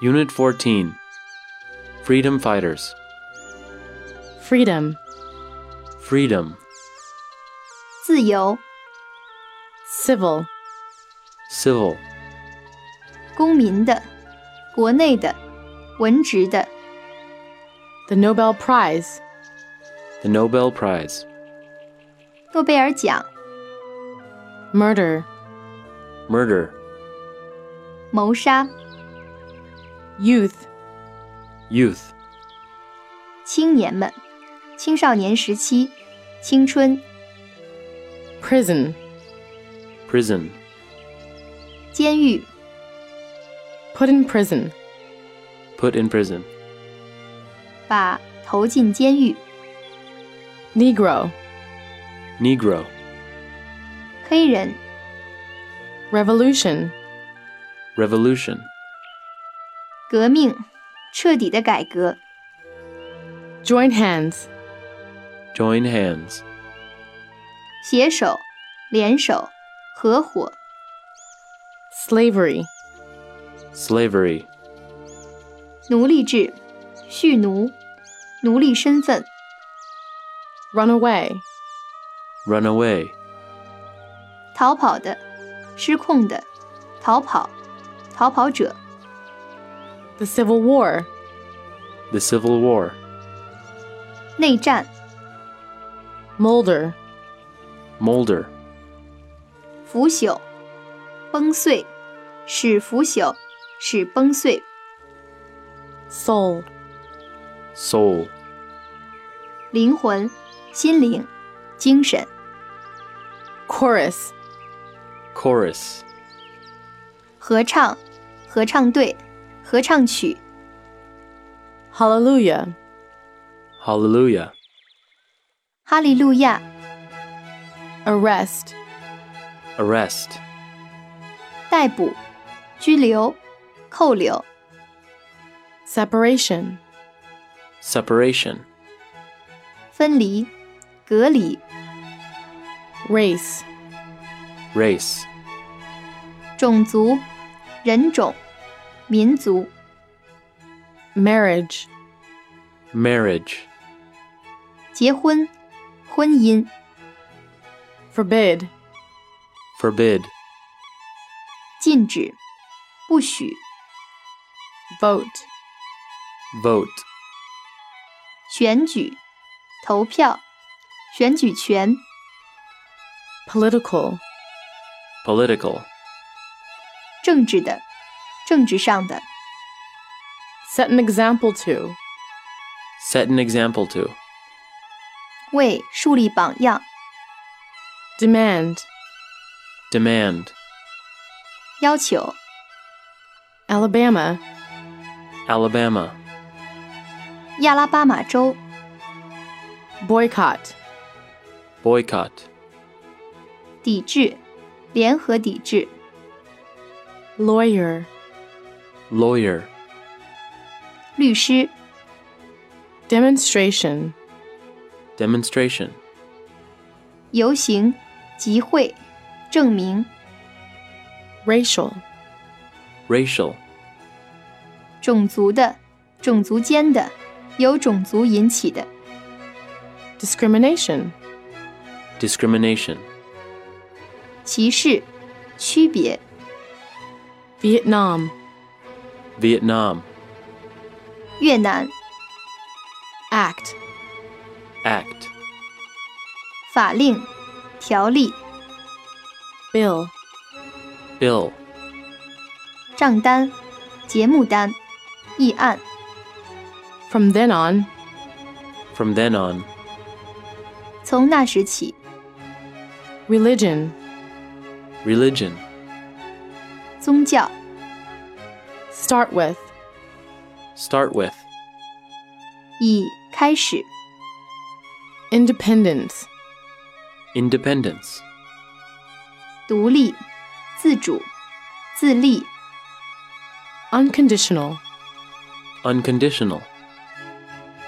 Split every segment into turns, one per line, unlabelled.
Unit 14 Freedom Fighters
freedom,
Freedom
自由、
civil,
Civil
公民的、国内的、文职的、
the Nobel Prize,
The Nobel Prize
诺贝尔奖、
murder,
Murder
谋杀、
youth,
Youth
青年们、青少年时期、青春、
prison,
Prison
监狱、
put in prison,
Put in prison
把投进监狱、
Negro,
Negro
黑人、
revolution,
Revolution
革命、彻底的改革、
join hands,
Join Hands
携手、联手、合伙、
slavery,
Slavery
奴隶制、蓄奴、奴隶身份、
run away,
Run Away
逃跑的、失控的、逃跑、逃跑者、
the Civil War,
The Civil War
内战、
molder,
Molder
腐朽、崩碎、使腐朽、使崩碎、
soul,
Soul
灵魂、心灵、精神、
chorus,
Chorus
合唱、合唱队、合唱曲、
hallelujah,
Hallelujah
哈利路亚、
arrest,
Arrest
逮捕、拘留、扣留、
separation,
Separation
分离、隔离、
race,
Race
种族、人种、民族、
marriage,
Marriage
结婚、婚姻、
forbid,
Forbid
禁止、不许、
vote,
Vote
选举、投票、选举权、
political,
Political
政治的、政治上的。
set an example to,
Set an example to
为树立榜样，
demand,
Demand
要求
Alabama,
Alabama
亚拉巴马州
boycott,
Boycott
抵制，联合抵制，
lawyer,
Lawyer
律师
demonstration,
Demonstration
游行、集会、证明、
racial,
Racial
种族的、种族间的、由种族引起的
discrimination,
Discrimination
歧视、区别、
Vietnam,
Vietnam
越南
act,
Act
法令、条例、
bill,
Bill
账单、节目单、议案、
from then on,
From then on
从那时起，
religion,
Religion
宗教、
start with,
Start with
以开始、
independence,
Independence
独立、自主、自立、
unconditional,
Unconditional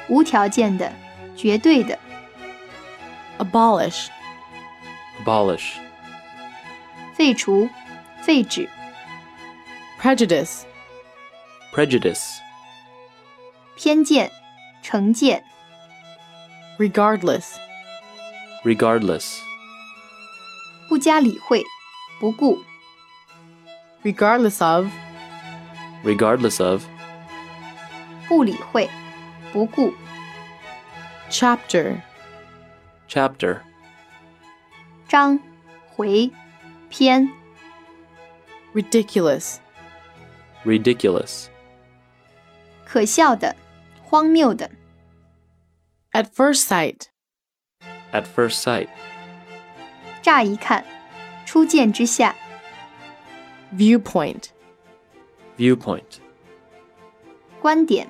无条件的、绝对的。
abolish,
Abolish
废除、废止、
prejudice,
prejudice,
偏见、成见、
regardless,
regardless,
不加理会、不顾、
regardless of,
regardless of,
不理会、不顾、
chapter,
chapter,
章、回、篇、
ridiculous,
ridiculous,
可笑的、荒谬的、
at first sight,
at first sight,
乍一看、初见之下、
viewpoint,
viewpoint,
观点、